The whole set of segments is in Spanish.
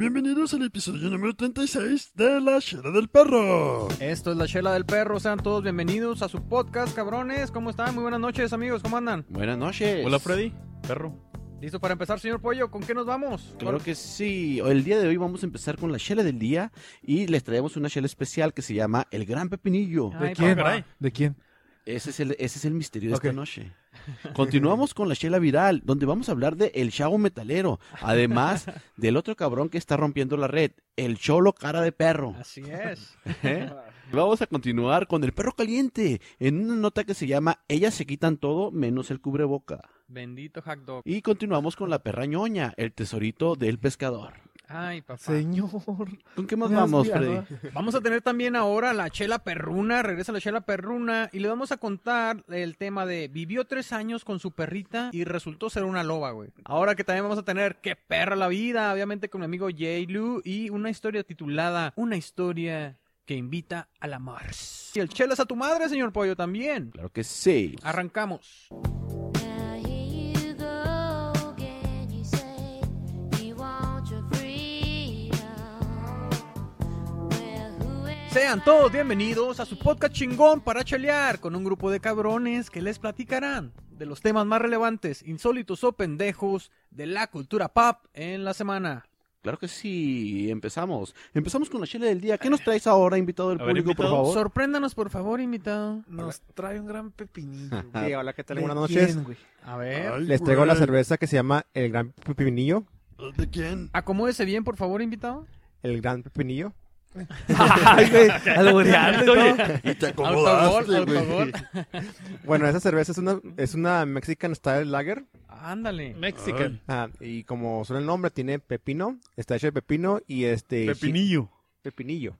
Bienvenidos al episodio número 36 de La Chela del Perro. Esto es la Chela del Perro, sean todos bienvenidos a su podcast, cabrones. ¿Cómo están? Muy buenas noches, amigos, ¿cómo andan? Buenas noches. Hola Freddy, perro. ¿Listo para empezar, señor Pollo? ¿Con qué nos vamos? Claro que sí. El día de hoy vamos a empezar con la chela del día y les traemos una chela especial que se llama El Gran Pepinillo. Ay, quién? papá. Caray. ¿De quién? Ese es el, ese es el misterio Ok. de esta noche. Continuamos con la chela viral, donde vamos a hablar de El Chavo Metalero, además del otro cabrón que está rompiendo la red, El Cholo Cara de Perro. Así es. ¿Eh? Vamos a continuar con El Perro Caliente, en una nota que se llama Ellas se quitan todo menos el cubreboca. Bendito hack dog. Y continuamos con La Perra Ñoña, el tesorito del pescador. Ay, papá. Señor. ¿Con qué más Me has vamos, Freddy? violado. ¿eh? Vamos a tener también ahora la chela perruna, regresa la chela perruna y le vamos a contar el tema de vivió tres años con su perrita y resultó ser una loba, güey. Ahora que también vamos a tener qué perra la vida, obviamente con mi amigo Jay Lu y una historia titulada Una historia que invita a la Mars. Y el chela es a tu madre, señor Pollo, también. Claro que sí. Arrancamos. Now here you go again. You say you want your freedom. Well, who Sean todos bienvenidos a su podcast chingón para chelear con un grupo de cabrones que les platicarán de los temas más relevantes, insólitos o pendejos de la cultura pop en la semana. Claro que sí. Empezamos. Empezamos con la chela del día. ¿Qué nos traes ahora, invitado del A ver, público, invitado. por favor? Sorpréndanos por favor, invitado. Nos trae un gran pepinillo. Ah, güey. Sí, hola, ¿qué tal? ¿De Buenas noches. quién, güey? A ver, Ay, Les traigo la güey. cerveza que se llama El Gran Pepinillo. ¿De quién? acomódese bien por favor, invitado. El Gran Pepinillo. Ay, güey, alboreando, ¿no? Y te Autogol, acomodaste, autogol. güey. Bueno, esa cerveza es una, es una Mexican Style Lager. Ándale. Mexican. Ah, y como suena el nombre, tiene pepino. Está hecha de pepino y este... chi- Pepinillo. Pepinillo.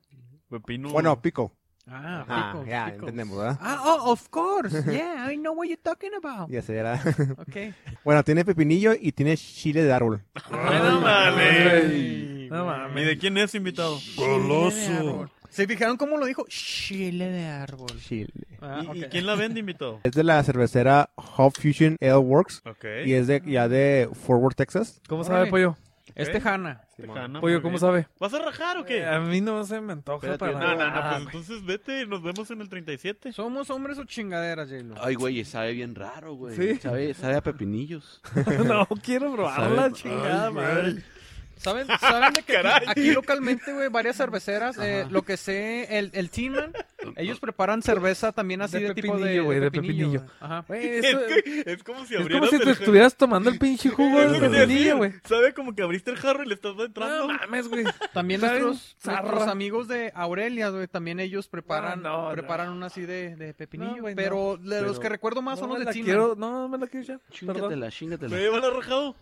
Pepino. Bueno, pico. Ah, Ah, pico, ya, pico. entendemos, ¿verdad? Ah, oh, of course. Yeah, I know what you're talking about. Ya se era. Okay. bueno, tiene pepinillo y tiene chile de árbol. Ay, no mames. Ay, No mames. ¿Y de quién es invitado? Chile de Goloso. árbol. ¿Se fijaron cómo lo dijo? Chile de árbol. Chile. Ah, ¿Y- ¿Y, ok. quién la vende invitado? Es de la cervecera Hop Fusion Ale Works. Ok. Y es de ya de Fort Worth, Texas. ¿Cómo Órale. sabe, Pollo? Es tejana. Tejana, Pollo, muy ¿cómo bien. sabe? ¿Vas a rajar o qué? A mí no se me antoja Espérate, para no, no, no, nada. pues entonces vete, nos vemos en el 37. ¿Somos hombres o chingaderas, Jaylo? Ah, Ay, güey, sabe bien raro, güey. Sí. Sabe, sabe a pepinillos. no, quiero probarla, Sabe- chingada Ay, madre. güey. ¿Saben, saben de que Caray. aquí, aquí localmente, güey, varias cerveceras, eh, lo que sé, el, el Teamman, ellos preparan cerveza también así de, De tipo de, pepinillo, güey, de pepinillo. güey. Ajá. Güey, Es, esto- que- es como si es abrieras como si tú el estuvieras tomando el pinche jugo del Eso te iba a decir. pepinillo, güey. Sabe como que abriste el jarro y le estás No entrando. mames, güey. También Saben nuestros, zarra. nuestros amigos de Aurelia, güey, también ellos preparan, No, no, preparan una así de, de pepinillo. No, güey, no. pero de los Pero- que recuerdo más No son me los la de Teamman. quiero, no, me la quiero ya. Perdón. Chingatela, chingatela. ¿Me van arrojado?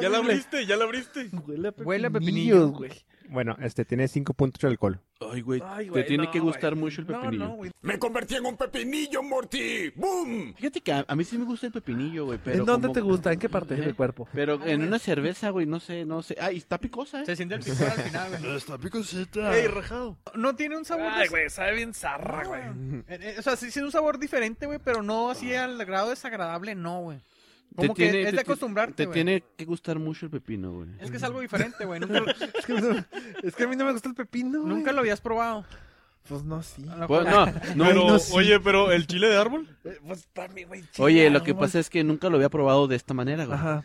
Ya la abriste, ya la abriste. Huele a pepinillo. güey. Bueno, este tiene 5.8 de alcohol. Ay, güey, Ay, te güey, tiene no, que gustar güey. mucho el No, pepinillo. no, güey. Me convertí en un pepinillo, Morty. ¡Boom! Fíjate que a, a mí sí me gusta el pepinillo, güey, pero ¿En dónde como- te gusta? ¿En qué parte ¿Eh? del cuerpo? Pero en una cerveza, güey, no sé, no sé. Ay, está picosa, ¿eh? Se siente el picor al final, güey. Está picosita. Ey, rajado. No tiene un sabor... Ay, des- güey, sabe bien zarra, güey. Eh, eh, O sea, sí tiene un sabor diferente, güey, pero no así Ah. al grado desagradable, no, güey. Te Como que tiene- es te de ti- acostumbrarte, Te güey. tiene que gustar mucho el pepino, güey. Es que es algo diferente, güey. Nunca, lo- Es que, no- es que a mí no me gusta el pepino. güey. nunca lo habías probado. Pues no, sí. A lo Pues, mejor- no, no, pero, no, sí. oye, pero el chile de árbol. Eh, Pues también, güey. Oye, chingado, lo que güey. pasa es que nunca lo había probado de esta manera, güey. Ajá.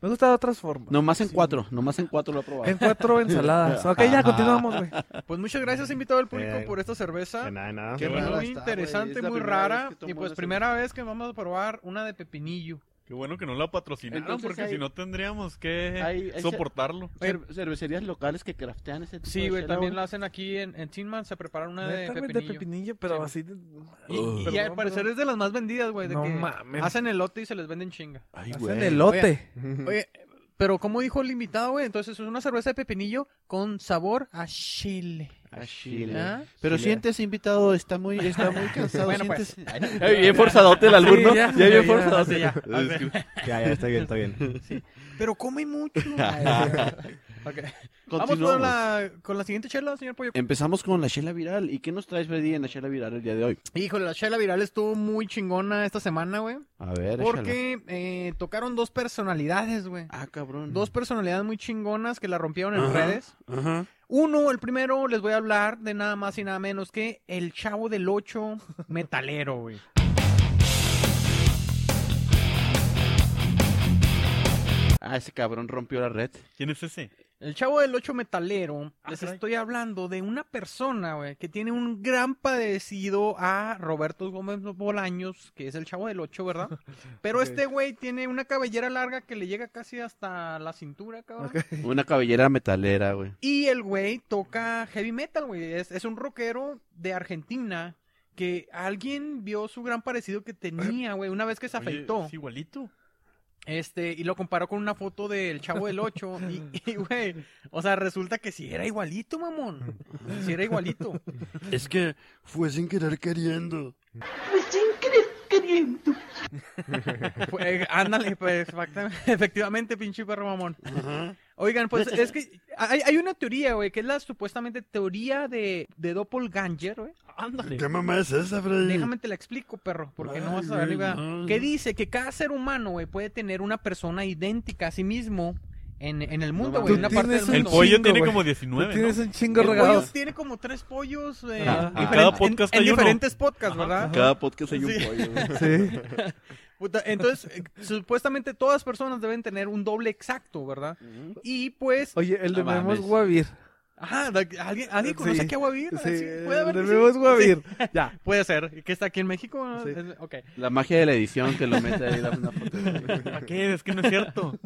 Me gusta de otras formas. Nomás en Sí. cuatro, nomás en cuatro lo he probado. En cuatro ensaladas. Ok, ya continuamos, güey. Pues muchas gracias, invitado al público, Eh, por esta cerveza. De nada, de nada. Ah, Qué rara muy está, interesante, güey. Es la muy primera rara. vez que tomo y pues una primera vez que vamos a probar una de pepinillo. Qué bueno que no la patrocinaron, Entonces porque hay- si no tendríamos que hay- hay- soportarlo. Cer- cervecerías locales que craftean ese tipo Sí, de güey, chela, también la hacen aquí en, en Tinman, se prepara una de Neta, güey, pepinillo. de pepinillo, pero Sí, así. de- Y, y Perdón, al parecer perdón. es de las más vendidas, güey. de No que mames. Hacen elote y se les venden chinga. Ay, Hacen güey. elote. Oye, pero como dijo el invitado, güey, entonces es una cerveza de pepinillo con sabor a chile. A Chile. ¿Ah? Pero siéntese invitado, está muy, está muy cansado. Bueno, pues. siéntese. Ay, bien forzadote el albur, Sí, ¿no? ya, Ya, ya, bien ya. forzadote. Ya, Ya, ya, está bien, está bien. Pero come mucho. Ok. Vamos con Continuamos. la, con la siguiente chela, señor Pollo. Empezamos con la chela viral. ¿Y qué nos traes, Freddy, en la chela viral el día de hoy? Híjole, la chela viral estuvo muy chingona esta semana, güey. A ver, échala. Porque eh, tocaron dos personalidades, güey. Ah, cabrón. Dos personalidades muy chingonas que la rompieron en Ajá. redes. Ajá. Uno, el primero, les voy a hablar de nada más y nada menos que el chavo del 8 metalero, güey. Ah, ese cabrón rompió la red. ¿Quién es ese? El chavo del 8 metalero, Ah, les caray. estoy hablando de una persona, güey, que tiene un gran padecido a Roberto Gómez Bolaños, que es el chavo del 8, ¿verdad? Pero este güey tiene una cabellera larga que le llega casi hasta la cintura, cabrón. Una cabellera metalera, güey. Y el güey toca heavy metal, güey. Es, es un rockero de Argentina que alguien vio su gran parecido que tenía, güey, una vez que se Oye, afeitó. es igualito. Este, y lo comparó con una foto del Chavo del 8. Y, y, güey, o sea, resulta que si era igualito, mamón. Si era igualito. Es que fue sin querer queriendo. Fue- eh, ándale, pues, facta- efectivamente, pinche perro mamón. Ajá. Oigan, pues, es que hay, hay una teoría, güey, que es la supuestamente teoría de, de doppelganger, güey. Ándale. ¿Qué mamá es esa, Mm. Freddy? Déjame te la explico, perro, porque no Ay, vas a ver güey, ni va- no, Que no. dice que cada ser humano, güey, puede tener una persona idéntica a sí mismo en, en el mundo, mames. güey, en Tú una parte del tienes un El mundo. po- pollo chingo, tiene güey. como Tú 19, ¿no? tienes un chingo El pollo Ah. regados. tiene como tres pollos, güey. Ajá. diferente- Y cada en- podcast en, hay uno. diferentes podcasts, ¿verdad? Cada podcast hay un Sí. pollo. güey. Sí. Puta, entonces, eh, supuestamente todas personas deben tener un doble exacto, ¿verdad? Y pues, Oye, el de No Memo es mames. Guavir. ajá, da- alguien, alguien Sí. conoce aquí a Guavir, Sí, ¿Sí? puede el haber de que Memo sí. es Guavir. Sí, Puede ser, que está aquí en México. ¿no? Sí. Es- Ok. La magia de la edición que lo mete ahí. da una foto. ¿Para qué? Es que no es cierto.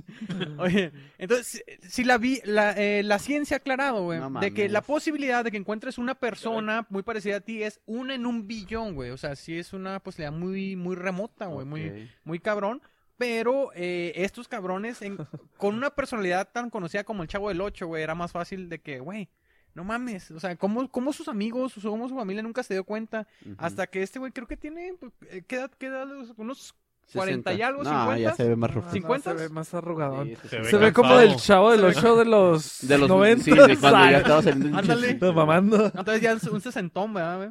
Oye, entonces, si, si la vi, la, eh, la ciencia ha aclarado, güey, No de que mames. la posibilidad de que encuentres una persona muy parecida a ti es una en un billón, güey. O sea, sí es una posibilidad muy, muy remota, güey, muy, Ok. muy cabrón. Pero eh, estos cabrones, en- con una personalidad tan conocida como el Chavo del Ocho, güey, era más fácil de que, güey, no mames. O sea, ¿cómo, cómo sus amigos, su- cómo su familia nunca se dio cuenta? Ujú. Hasta que este güey, creo que tiene, pues, eh, ¿qué edad? ¿Qué edad? Unos 60. 40 y algo, no, 50. ya se ve más No, rojo. no, ¿Cincuentas? se ve más arrugadón. Sí, sí, sí. Se Se ve como cansado. del chavo de los shows de los, De los 90. sí, de cuando ya estaba saliendo un Ándale. chiste. Los mamando. Entonces ya es un sesentón, ¿verdad? güey?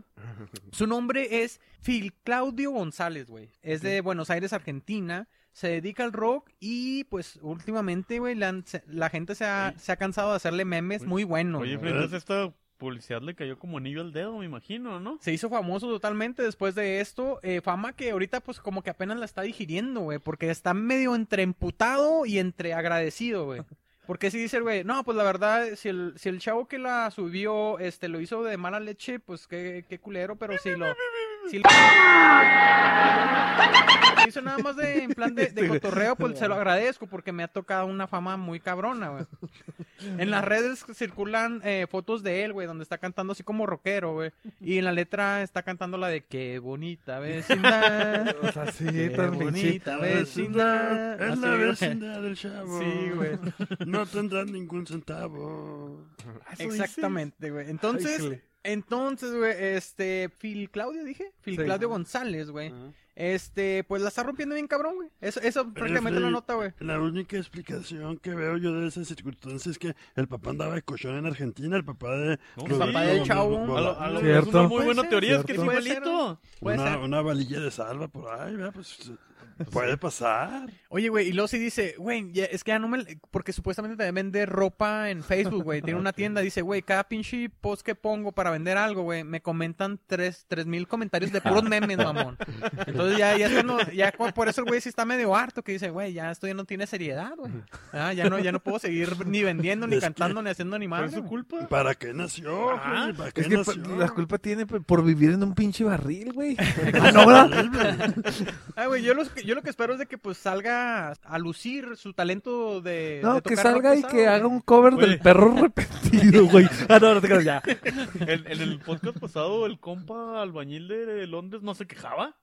Su nombre es Phil Claudio González, güey. Es de Buenos Aires, Argentina. Se dedica al rock y pues últimamente, güey, la, se- la gente se ha, se ha cansado de hacerle memes muy buenos. Oye, güey. pero entonces esta publicidad le cayó como anillo al dedo, me imagino, ¿no? se hizo famoso totalmente después de esto. eh, fama que ahorita pues como que apenas la está digiriendo, güey. Porque está medio entre emputado y entre agradecido, güey. Porque si dice, el güey, no, pues la verdad, si el, si el chavo que la subió, este, lo hizo de mala leche, pues qué, qué culero, pero si lo... Si lo lo hizo nada más de, en plan de, de cotorreo, pues se lo agradezco porque me ha tocado una fama muy cabrona, güey. En las redes circulan eh, fotos de él, güey, donde está cantando así como rockero, güey. Y en la letra está cantando la de qué bonita vecindad. O sea, sí, Qué tan pinche. bonita vecindad. vecindad, es la Así, güey. vecindad del chavo. Sí, güey. No tendrán ningún centavo. Ah, Exactamente, güey. Entonces, Híjole. entonces, güey, este, Phil Claudio, dije, Phil Sí. Claudio González, güey. Ajá. Este, pues la está rompiendo bien cabrón, güey. Eso, eso prácticamente la Freddy, nota, güey. La única explicación que veo yo de esa circunstancia es que el papá andaba de cochón en Argentina, el papá de... No, Rodrigo papá del Gómez chavo. A lo- a lo- Bolaños. Cierto. es una muy buena Puede teoría, es que es cierto. Puede ser. igualito. Puede una, ser. una valilla de salva por ahí, ¿verdad? Pues, puede pasar. Oye, güey, y luego sí dice, güey, ya- es que ya no me... Porque supuestamente te vende ropa en Facebook, güey. Tiene una tienda, dice, güey, cada pinche post que pongo para vender algo, güey, me comentan tres, tres mil comentarios de puros memes, mamón. Entonces ya, ya, está no- ya cu- por eso el güey sí está medio harto, que dice, güey, ya esto ya no tiene seriedad, güey. Ah, ya no, ya no puedo seguir ni vendiendo, ni Es que- cantando, ni haciendo ni ¿Por madre, su güey". culpa? ¿Para qué nació? Ajá. güey? ¿Para qué Es que nació? pa- la culpa tiene por- por vivir en un pinche barril, güey. Ah, no, ¿verdad? Ah, güey, yo, los- yo lo que espero es de que pues salga a lucir su talento de... No, de que tocar rock salga y pesado, que güey. haga un cover Oye. del perro arrepentido, güey. Ah, no, no te creas, ya. En, en el podcast pasado, el compa albañil de, de Londres no se quejaba.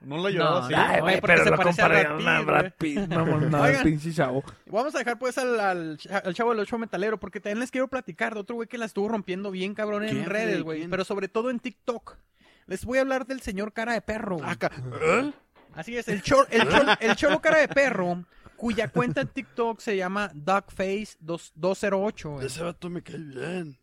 No la No, llevaba así. no, Ay, güey, güey, porque pero se lo parece a comparé Brad a Pitt, una Brad Pitt, mamón, no, Oigan. pinche chavo. Vamos a dejar pues al, al cha- al chavo del ocho metalero, porque también les quiero platicar de otro güey que la estuvo rompiendo bien cabrón en ¿Quién, redes, güey? güey. ¿Quién? Pero sobre todo en TikTok. Les voy a hablar del señor cara de perro. güey. Ah, ca- ¿Eh? Así es, el, chor- el, chor- el cholo cara de perro cuya cuenta en TikTok se llama Duckface208, güey. Ese vato me cae bien.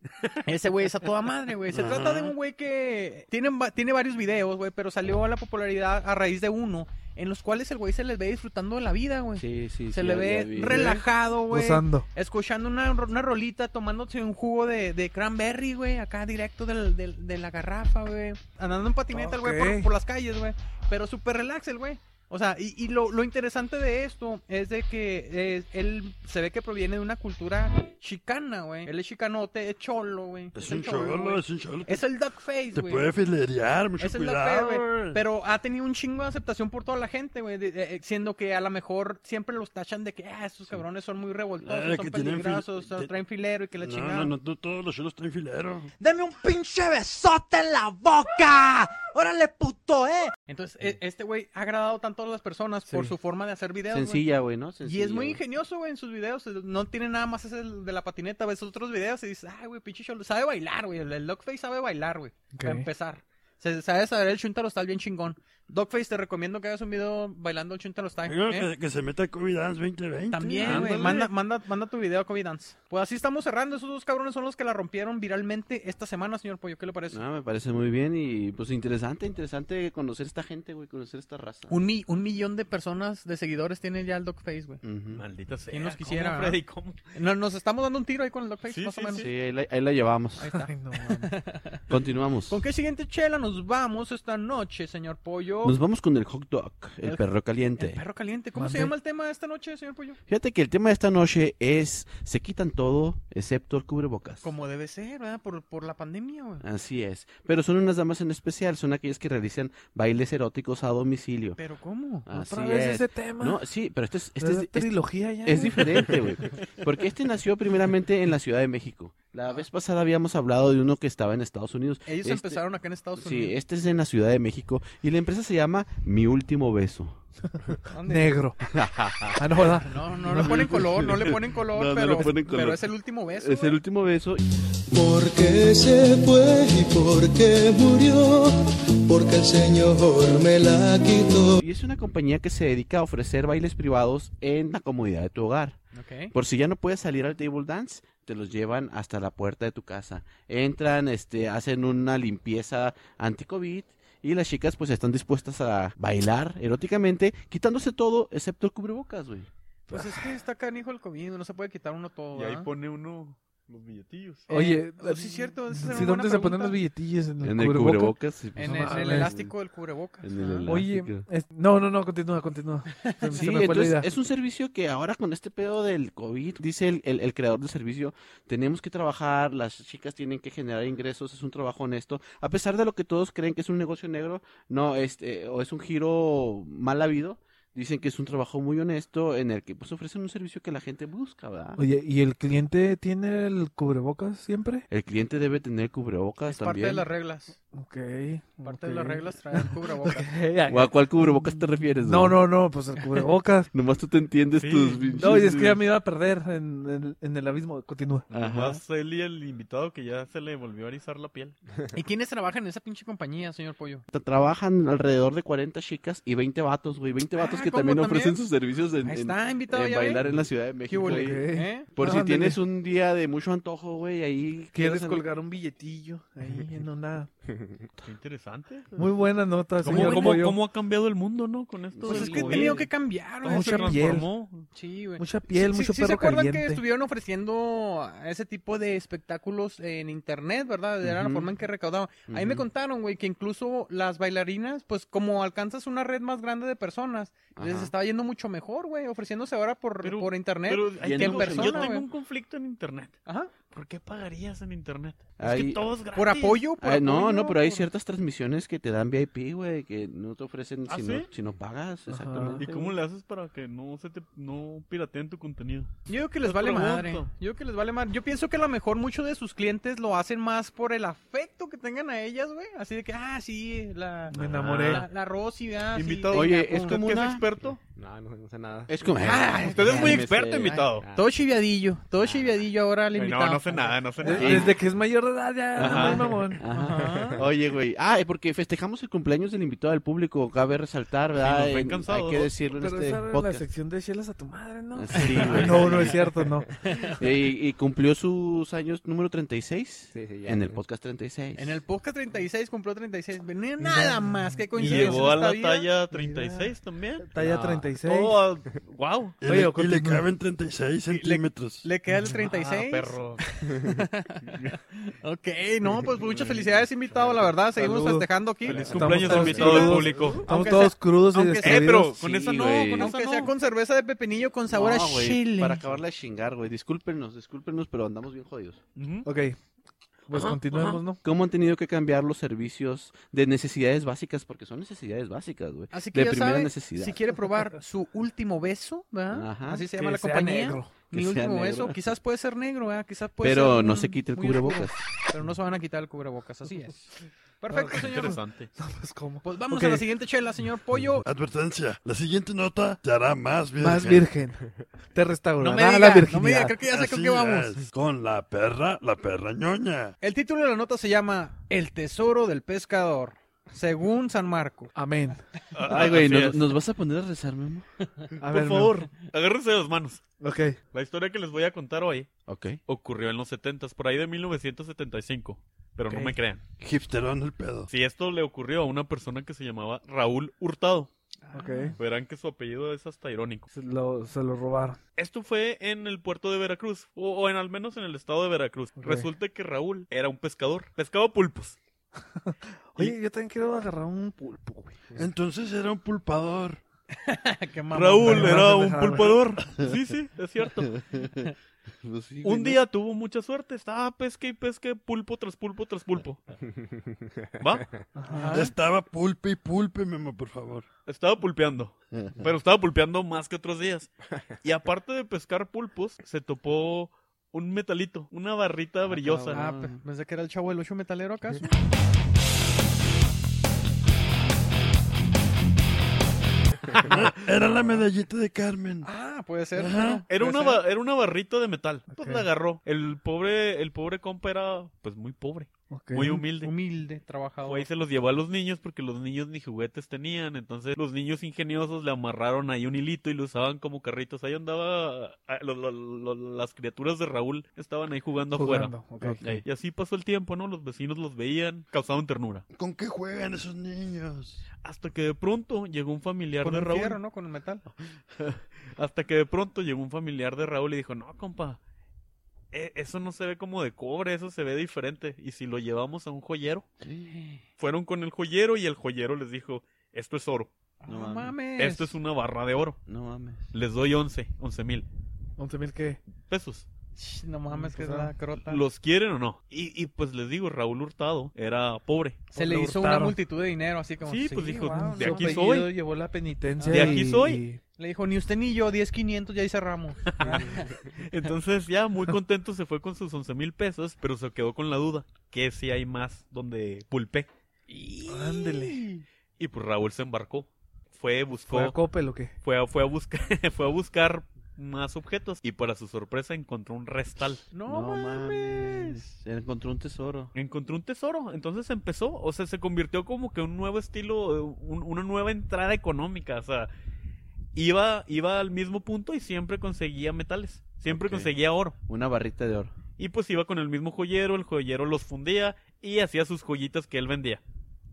Ese güey es a toda madre, güey. Se trata de un güey que tiene, va- tiene varios videos, güey, pero salió a la popularidad a raíz de uno, en los cuales el güey se les ve disfrutando de la vida, güey. Sí, sí, se sí, le ya- ya ve vi. relajado, güey. Gozando. Escuchando una, ro- una rolita, tomándose un jugo de, de cranberry, güey, acá directo del- del- de la garrafa, güey. Andando en patineta, el güey, por, Ok. por las calles, güey. Pero súper relax el güey. O sea, y, y lo, lo interesante de esto es de que eh, él se ve que proviene de una cultura chicana, güey. Él es chicanote, es cholo, güey. Es un güey. cholo, es un cholo. Es el duckface, Te güey. puede filerear, mucho Esa es la cuidado. fea, güey. güey. Pero ha tenido un chingo de aceptación por toda la gente, güey. de- de- eh, Siendo que a lo mejor siempre los tachan de que, ah, estos cabrones son muy revoltosos, Ah, son que tienen fil- peligrosos, son- te- traen filero y que la chingada. no, no, no, no todos los cholos traen filero. ¡Deme un pinche besote en la boca! ¡Órale, puto, eh! Entonces, e- este güey ha agradado tanto a las personas por su forma de hacer videos, güey. Sencilla, güey, ¿no? Y es Sencilla, muy güey. ingenioso, güey, en sus videos. eh, No tiene nada más ese de la patineta. Ves otros videos y dices, ay, güey, pinche cholo. Sabe bailar, güey. El, el Dogface sabe bailar, güey. Para Ok. empezar. Se sabe saber el Chuntaro Style bien chingón. Dogface, te recomiendo que hagas un video bailando el Chuntaro Style. Digo, ¿eh? que, que se meta a COVID Dance 2020. También, güey. Ándale. Ah, Manda, manda, manda tu video a COVID Dance. Pues así estamos cerrando. Esos dos cabrones son los que la rompieron viralmente esta semana, señor Pollo. ¿Qué le parece? Ah, me parece muy bien y pues interesante, interesante conocer esta gente, güey, conocer esta raza. Un, mi- un millón de personas de seguidores tiene ya el Dogface, güey. Ujú. Maldita sea. ¿Quién los ¿cómo, quisiera, Freddy, ¿cómo? No- Nos estamos dando un tiro ahí con el Dogface, Sí, más o sí, menos. Sí, ahí la, ahí la llevamos. Ahí está. Ay, no, mames. Continuamos. ¿Con qué siguiente chela nos vamos esta noche, señor Pollo? Nos vamos con el hot dog, el, El- perro caliente. El perro caliente. ¿Cómo se Mande. llama el tema de esta noche, señor Pollo? Fíjate que el tema de esta noche es, se quitan todo excepto el cubrebocas. Como debe ser, ¿verdad? Por, por la pandemia, güey. Así es. Pero son unas damas en especial, son aquellas que realizan bailes eróticos a domicilio. ¿Pero cómo? Así Otra vez es. ese tema. No, sí, pero este es, este Esa es- este- trilogía ya. Es güey. diferente, güey. Porque este nació primeramente en la Ciudad de México. La vez pasada habíamos hablado de uno que estaba en Estados Unidos. Ellos Este- empezaron acá en Estados Sí, Unidos. este es en la Ciudad de México y la empresa se llama Mi Último Beso. este, ¿Dónde? Negro. ah, no, ¿verdad? No, no le ponen color, no le ponen color, No, no pero, le ponen color. pero es el último beso. Es el güey. último beso. Porque se fue y porque murió, porque el Señor me la quitó. Y es una compañía que se dedica a ofrecer bailes privados en la comodidad de tu hogar. Ok. Por si ya no puedes salir al table dance, te los llevan hasta la puerta de tu casa. Entran, este, hacen una limpieza anti-COVID y las chicas pues están dispuestas a bailar eróticamente, quitándose todo excepto el cubrebocas, güey. Pues es que está canijo el COVID, no se puede quitar uno todo. Y ahí ¿verdad? pone uno los billetillos. Eh, Oye, oh, sí es cierto, esa es ¿sí una buena ¿dónde se ponen pregunta. los billetillos? En el, En el cubreboca? cubrebocas. sí, pues, En No el, en el mames. elástico del cubrebocas. En el Ah. elástico. Oye, Plástico. es- no, no, no, continúa, continúa. Se, Sí, se me fue la entonces idea. es un servicio que ahora con este pedo del COVID, dice el, el- el creador del servicio, tenemos que trabajar, las chicas tienen que generar ingresos, es un trabajo honesto. A pesar de lo que todos creen que es un negocio negro, no, este, o es un giro mal habido, dicen que es un trabajo muy honesto en el que pues ofrecen un servicio que la gente busca, ¿verdad? Oye, ¿y el cliente tiene el cubrebocas siempre? El cliente debe tener cubrebocas Es parte también. de las reglas. Ok. Parte ok. de las reglas traer el cubrebocas. ¿O a cuál cubrebocas te refieres? No, güey? no, no, pues el cubrebocas. Nomás tú te entiendes Sí. tus No, y es pinches- que ya me iba a perder en, el- en el abismo. Continúa. Ajá. Más él y el invitado que ya se le volvió a erizar la piel. ¿Y quiénes trabajan en esa pinche compañía, señor Pollo? Tra- Trabajan alrededor de 40 chicas y 20 vatos, güey. 20 vatos Ah, que ¿cómo también, también? ofrecen sus servicios en, Ahí en- está, invitado en ya. ve. bailar en la Ciudad de ¿Qué México. hubo, güey. Ok. Pues eh? Por si Ah, Ándale. tienes un día de mucho antojo, güey, ahí ¿Quieres quieres- colgar un billetillo ahí en una... Qué interesante. Muy buena nota, ¿Cómo, señor cómo, Pollo. cómo ha cambiado el mundo, no? Con esto. Pues del es que he COVID. tenido que cambiar, güey. Todo se Mucha piel. transformó. Sí, güey. Mucha piel, Sí, mucho sí, ¿se perro acuerdan que caliente. estuvieron ofreciendo ese tipo de espectáculos en internet, verdad? Era la Ujú. forma en que recaudaban. Ahí me Ujú. contaron, güey, que incluso las bailarinas, pues como alcanzas una red más grande de personas, les Ajá. estaba yendo mucho mejor, güey, ofreciéndose ahora por, Pero- por internet. Pero ahí en tengo- persona, yo tengo güey. un conflicto en internet. Ajá. ¿Por qué pagarías en internet? Es Ahí- que todo es gratis. Por apoyo, por Ah, no, apoyo, no, pero hay por- ciertas transmisiones que te dan VIP, güey, que no te ofrecen ¿Ah, si, no, sí? si no pagas, Ajá. exactamente. ¿Y cómo güey. le haces para que no se te no pirateen tu contenido? Yo digo que les Te vale pregunto. madre. Yo digo que les vale madre. Yo pienso que a lo mejor muchos de sus clientes lo hacen más por el afecto que tengan a ellas, güey. Así de que, ah, sí, la, Me enamoré. eh. la, la Rosy, ah, sí, Invitado. te- Oye, te- es te- como ¿Qué es una- experto? No, no, no sé nada. Ah, Es como. Ah, usted es muy me experto, sé. invitado. Ay, ah. Todo chiviadillo, todo chiviadillo ahora le Güey, invitamos. No, no sé nada, no sé De- nada. Eh, Desde que es mayor de edad ya. Ajá. no es mamón. Ajá. Oye, güey. Ah, y porque festejamos el cumpleaños del invitado del público. Cabe resaltar, Sí, ¿verdad? nos ven En- cansados. Hay que decirlo en Pero este esa era la podcast. sección de chelas a tu madre, ¿no? Sí, Ah, güey. no, no es cierto, no. Y, y cumplió sus años número 36. Sí, sí, ya. En el podcast 36. En el podcast 36 compró 36. Venía nada más, qué Y coincidencia. llegó a en la esta vida. talla 36 también. Talla No. 36. Oh, wow. Y, Oye, le, y le continúa. caben 36 centímetros. Le queda el 36. Ah, perro. Ok, no, pues muchas felicidades, invitado, la verdad. Seguimos Saludos. festejando aquí. Feliz Estamos cumpleaños todos invitado al crudos. público. Estamos Aunque todos sea- crudos y aunque- Eh, pero destruidos. con Sí, esa no, güey. con esa Aunque no. sea con cerveza de pepinillo con sabor No, a güey, Pues chile. Para acabarla de chingar, güey. Discúlpenos, discúlpenos, pero andamos bien jodidos. Ujú. Ok, pues continuemos, ¿no? ¿Cómo han tenido que cambiar los servicios de necesidades básicas? Porque son necesidades básicas, güey. Así que De ya primera sabe, necesidad. si quiere probar su último beso, ¿verdad? Ajá. Así se llama Que la sea compañía. negro. Que Mi sea último negro. beso. Quizás puede ser negro, ¿verdad? Quizás puede Pero ser no un- se quite el Pues muy oscuro. cubrebocas. Pero no se van a quitar el cubrebocas, así es. Perfecto, señor. Interesante. No, pues cómo. Pues vamos Ok, a la siguiente chela, señor Pollo. Ah, Advertencia, la siguiente nota te hará más virgen. Más virgen. Te restaurará No me la diga, no me diga, virginidad. creo que ya sé con Así qué vamos. es, con la perra, la perra ñoña. El título de la nota se llama El tesoro del pescador, según San Marco. Amén. Ay, güey, Ah, Así ¿nos, es. nos vas a poner a rezar, mi amor? A Por ver, no. favor, agárrense las manos. Ok. La historia que les voy a contar hoy Ok. ocurrió en los 70 por ahí de 1975. Pero Ok. no me crean. Hipsterón el pedo. Si esto le ocurrió a una persona que se llamaba Raúl Hurtado, Ok. verán que su apellido es hasta irónico. Se lo, se lo robaron. Esto fue en el puerto de Veracruz, o, o en al menos en el estado de Veracruz. Ok. Resulta que Raúl era un pescador, pescaba pulpos. Oye, yo también quiero agarrar un pulpo, güey. Entonces era un pulpador. Qué mamón. Raúl no, era no, un no, no. pulpador. Sí, sí, es cierto. Pues sí, güey, Un ¿no? día tuvo mucha suerte, estaba pesca y pesca, pulpo tras pulpo tras pulpo. ¿Va? Ah. Ajá. Estaba pulpe y pulpe, Memo, por favor. Estaba pulpeando, pero estaba pulpeando más que otros días. Y aparte de pescar pulpos, se topó un metalito, una barrita brillosa. Ah, pe- pensé que era el chavo del 8 metalero acaso. Era la medallita de Carmen. Ah, puede ser. Ajá. Era Puede una, ser. ba- era una barrita de metal. Pues Ok. la agarró. El pobre, el pobre compa era pues muy pobre, Ok. muy humilde. humilde Fue y trabajador. se los llevó a los niños porque los niños ni juguetes tenían. Entonces los niños ingeniosos le amarraron ahí un hilito y lo usaban como carritos. Ahí andaba... ah, lo- lo- lo- las criaturas de Raúl estaban ahí jugando, afuera. Jugando, ok. Ey, Y así pasó el tiempo, ¿no? Los vecinos los veían, causaban ternura. ¿Con qué juegan esos niños? Hasta que de pronto llegó un familiar Con de un Raúl. fierro, ¿no? Con el metal. Hasta que de pronto llegó un familiar de Raúl y dijo, no, compa, e- eso no se ve como de cobre, eso se ve diferente. ¿Y si lo llevamos a un joyero? Fueron con el joyero y el joyero les dijo, esto es oro, No Ah, No mames. mames. esto es una barra de oro. No mames. Les doy 11, 11 mil 11 mil qué. pesos. Ch, No mames, que es Pues, ah, la crota. ¿Los quieren o no? Y, y pues les digo, Raúl Hurtado era pobre. Se le le hizo una hurtaron. multitud de dinero, así como. Sí, pues dijo, wow, de su aquí apellido soy. Llevó la penitencia. De aquí y- soy. y- Le dijo, ni usted ni yo, 10, 500, ya ahí cerramos. Entonces ya muy contento se fue con sus 11 mil pesos, pero se quedó con la duda, que si hay más donde pulpé. Ándele. Y pues Raúl se embarcó. Fue, buscó... ¿Fue a Coppel o qué? Fue a, fue a buscar fue a buscar más objetos y para su sorpresa encontró un restal. No, No mames. mames. Encontró un tesoro. Encontró un tesoro, entonces empezó, o sea, se convirtió como que un nuevo estilo, eh, un- una nueva entrada económica, o sea, iba iba al mismo punto y siempre conseguía metales, siempre Ok. conseguía oro. Una barrita de oro. Y pues iba con el mismo joyero, el joyero los fundía y hacía sus joyitas que él vendía.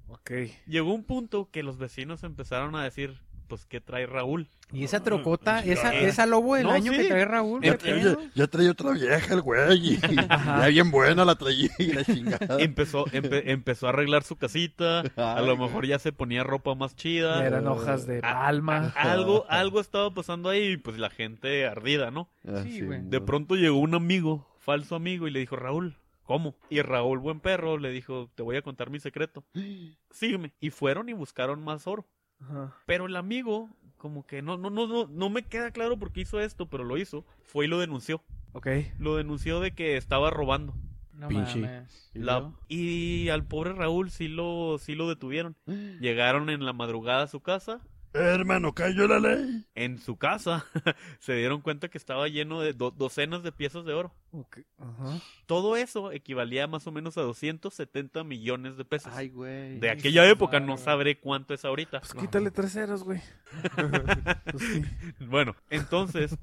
Ok. Llegó un punto que los vecinos empezaron a decir, pues qué trae Raúl. Y esa trocota, esa, eh. esa lobo del No, año sí. que trae Raúl. Ya, ¿qué pedo? oye, ya traía otra vieja el güey. Y, ya bien buena la traía y la chingada. Empezó, empe- empezó a arreglar su casita, a Ay, lo güey. mejor ya se ponía ropa más Ya chida. eran hojas de ah, palma. Algo, algo estaba pasando ahí y pues la gente ardida, ¿no? Ah, Sí, güey. De pronto llegó un amigo, falso amigo, y le dijo, Raúl, ¿cómo? Y Raúl, buen perro, le dijo, te voy a contar mi secreto. Sígueme. Y fueron y buscaron más oro. Ajá. Pero el amigo, como que no, no, no, no, no me queda claro por qué hizo esto, pero lo hizo. Fue y lo denunció. Ok. Lo denunció de que estaba robando. No Pinche. mames. ¿Y La- luego? y al pobre Raúl sí lo, sí lo detuvieron. Llegaron en la madrugada a su casa, Hermano, cayó la ley. En su casa se dieron cuenta que estaba lleno de do- docenas de piezas de oro. Todo eso equivalía más o menos a 270 millones de pesos. Ay, güey. de aquella época no sabré cuánto es ahorita. Pues quítale tres ceros, güey. Pues sí. Bueno, entonces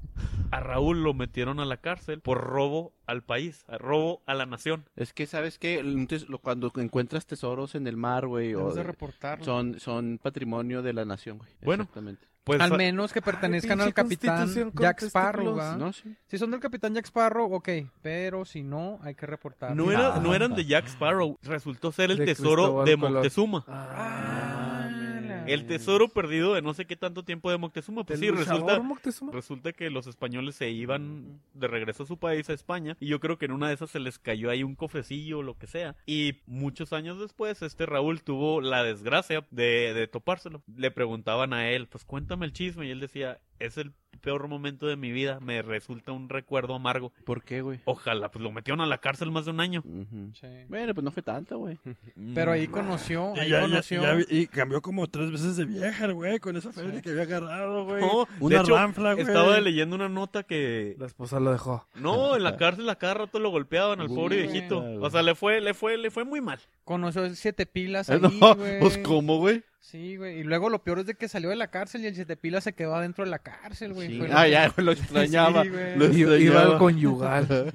a Raúl lo metieron a la cárcel por robo al país, a robo a la nación. Es que, ¿sabes qué? Entonces, lo- cuando encuentras tesoros en el mar, güey, o Debes de de- reportarlo. son, son patrimonio de la nación, güey. Bueno. Exactamente. Pues Al a- menos que pertenezcan pinche al capitán constitución con Jack Sparrow, testículos, ¿va? No, sí. Si son del capitán Jack Sparrow, ok, pero si no, hay que reportar. no, era- no eran de Jack Sparrow, resultó ser el De tesoro Cristóbal de Colón. Moctezuma. Ah, El tesoro perdido de no sé qué tanto tiempo de Moctezuma. Pues ¿El sí, luchador resulta, Pues Moctezuma? Resulta que los españoles se iban de regreso a su país, a España, y yo creo que en una de esas se les cayó ahí un cofrecillo o lo que sea. Y muchos años después, este Raúl tuvo la desgracia de, de topárselo. Le preguntaban a él, pues cuéntame el chisme, y él decía, es el peor momento de mi vida, me resulta un recuerdo amargo. ¿Por qué, güey? Ojalá, pues lo metieron a la cárcel más de un año. Ujú. Sí. Bueno, pues no fue tanto, güey. Pero ahí conoció, Y, ahí ya- ya- conoció. ya vi- y cambió como tres veces de vieja, el güey, con esa feria que había agarrado, güey. No, de Una hecho, ranfla, güey. Estaba leyendo una nota que La esposa lo dejó. no, en la cárcel a cada rato lo golpeaban al pobre güey. viejito. O sea, le fue, le fue, le fue muy mal. Conoció el siete pilas Eh, ahí, no, güey. pues cómo, güey. Sí, güey. Y luego lo peor es de que salió de la cárcel y el siete pilas se quedó adentro de la cárcel, güey. Sí. Fue lo Ah, que- ya, güey, lo extrañaba. güey. lo Iba, iba extrañaba. al conyugal.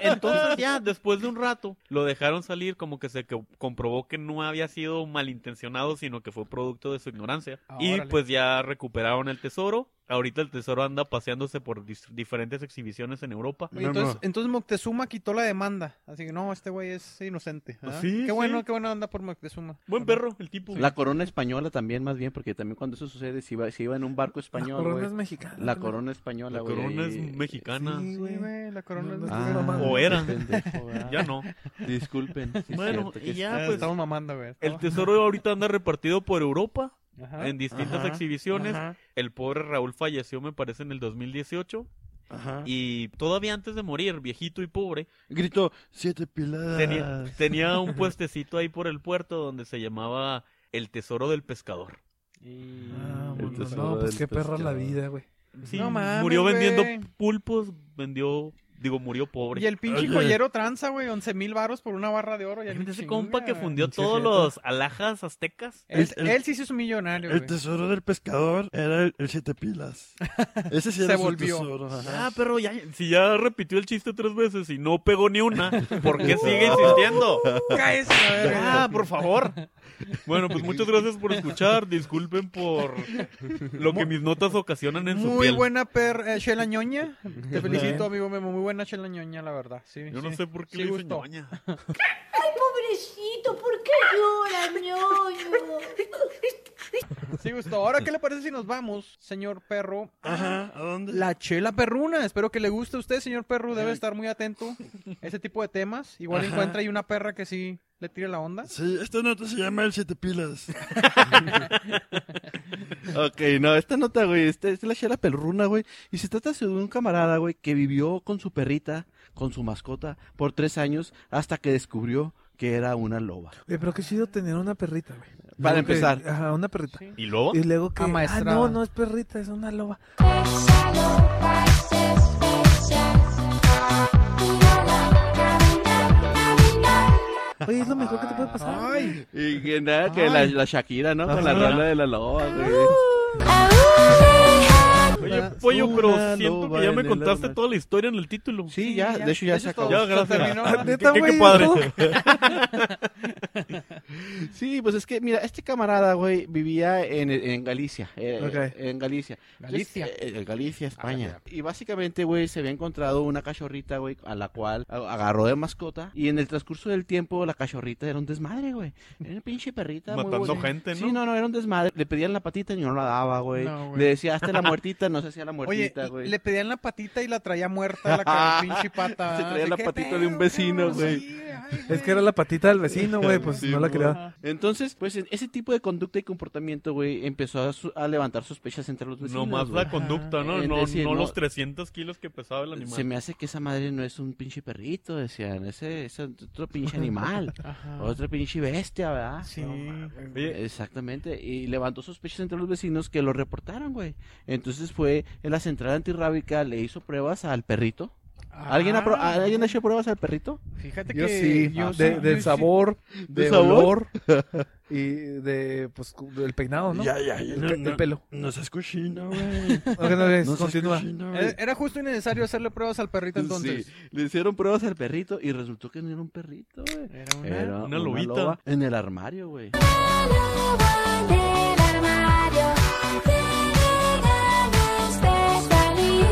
Entonces ya, después de un rato, lo dejaron salir como que se co- comprobó que no había sido malintencionado, sino que fue producto de su ignorancia. Ah, y órale. pues ya recuperaron el tesoro. Ahorita el tesoro anda paseándose por dis- diferentes exhibiciones en Europa. Oye, entonces, entonces Moctezuma quitó la demanda. Así que no, este güey es inocente. ¿ah? Pues Sí, qué sí. bueno, qué buena onda por Moctezuma. Buen perro, el tipo. La corona española también, más bien, porque también cuando eso sucede, se iba, se iba en un barco La español, corona güey. es mexicana. La corona española, La güey. eh, corona es ahí- mexicana. Sí, güey. Sí, güey, la corona No, es no mexicana. estoy mamando. o era. ah, pendejo, ¿verdad? Ya no. Disculpen. sí es Bueno, cierto que y es- ya Eh, pues... Estamos mamando, güey. El tesoro ahorita anda repartido por Europa Ajá. en distintas Ajá. exhibiciones. El pobre Raúl falleció, me parece, en el 2018. Ajá. Y todavía antes de morir, viejito y pobre, Grito, siete piladas. Ah. Tenía, tenía un puestecito ahí por el puerto donde se llamaba El Tesoro del Pescador. Y- Ah, El bueno, tesoro no, del pues qué perra la pescado. vida, güey. Sí, No mames, murió vendiendo güey. pulpos, vendió, digo, murió pobre. Y el pinche Oye. joyero tranza, güey, 11 mil varos por una barra de oro. Y Imagínate ese compa que fundió Pinche todos jeta. los alhajas aztecas. Él, El- él sí se hizo un millonario, El güey. tesoro del pescador era el, el siete pilas. Ese sí Se era su volvió. tesoro. ajá. Ah, pero ya, si ya repitió el chiste tres veces y no pegó ni una, ¿por qué sigue insistiendo? Cállese, la verga. Ah, por favor. Bueno, pues muchas gracias por escuchar. Disculpen por lo que mis notas ocasionan en su Muy piel. buena per eh, Shela Ñoña. Te felicito, amigo Memo. Muy buena Shela Ñoña, la verdad. Sí, Yo sí. no sé por qué Sí le dicen gustó. ñoña. Ay, pobrecito, ¿por qué llora, ñoño? Sí gustó. Ahora, ¿qué le parece si nos vamos, señor perro? Ajá, ¿a dónde? La chela perruna. Espero que le guste a usted, señor perro. Debe estar muy atento a ese tipo de temas. Igual Ajá. encuentra ahí una perra que sí le tire la onda. Sí, esta nota se llama el siete pilas. Ok, no, esta nota, güey, esta esta es la chela pelruna, güey. Y se trata de un camarada, güey, que vivió con su perrita, con su mascota, por tres años, hasta que descubrió que era una loba. Güey, pero qué chido tener una perrita, güey. Para Luego que- empezar. Ajá, una perrita. ¿Y luego? Y luego que. Ah, Amaestrada. no, no es perrita, es una loba. Esa loba es especial. Oye, es lo mejor que te puede pasar. Ay, Y que nada, que la, la Shakira, ¿no? Con la Ajá. rola de la loba, güey. Oye, pollo, pero Una siento loba que ya en me el contaste árbol. toda la historia en el título. Sí, ya, de hecho ya se es todo. acabó. Ya, gracias. terminó. Ah, qué- Neta, qué- qué güey, padre. Sí, pues es que, mira, este camarada, güey, vivía en, en Galicia. eh, Ok. En Galicia. Galicia. Entonces, eh, eh, Galicia, España. Y básicamente, güey, se había encontrado una cachorrita, güey, a la cual a- agarró de mascota. Y en el transcurso del tiempo, la cachorrita era un desmadre, güey. Era una pinche perrita. muy Matando bonita. gente, ¿no? Sí, no, no, era un desmadre. Le pedían la patita y no la daba, güey. No, güey. Le decía, hasta la muertita, no se hacía la Oye, muertita, güey. le pedían la patita y la traía muerta la ca- pinche pata. Se traía Así, la ¿qué patita pedo, de un vecino, cabrón? güey. Sí, Es que era la patita del vecino, güey, pues Sí, no la quería. Ajá. Entonces, pues en- ese tipo de conducta y comportamiento, güey, empezó a, su- a levantar sospechas entre los vecinos. Nomás güey. la conducta, ¿no? Es No, decir, no no- los 300 kilos que pesaba el animal. Se me hace que esa madre no es un pinche perrito, decían. Ese es otro pinche animal. Ajá. otro pinche bestia, ¿verdad? Ah. Sí. Oye, Exactamente, y levantó sospechas entre los vecinos que lo reportaron, güey. Entonces fue en la central antirrábica, le hizo pruebas al perrito. ¿Alguien, ha pro- Ah, ¿Alguien ha hecho pruebas al perrito? Fíjate Yo que sí, yo de- sí, yo del sí. sabor, ¿De del sabor? olor y de, pues, cu- del peinado, ¿no? Ya, ya, ya. El, pe- no, el pelo. No, no seas cochino, güey. Ok, no, es- No seas continúa. cochino, güey. Eh, Era justo y necesario hacerle pruebas al perrito entonces. Sí, le hicieron pruebas al perrito y resultó que no era un perrito, güey. Era una- Era Una lobita. loba en el armario, güey. del armario. Te ganas de salir.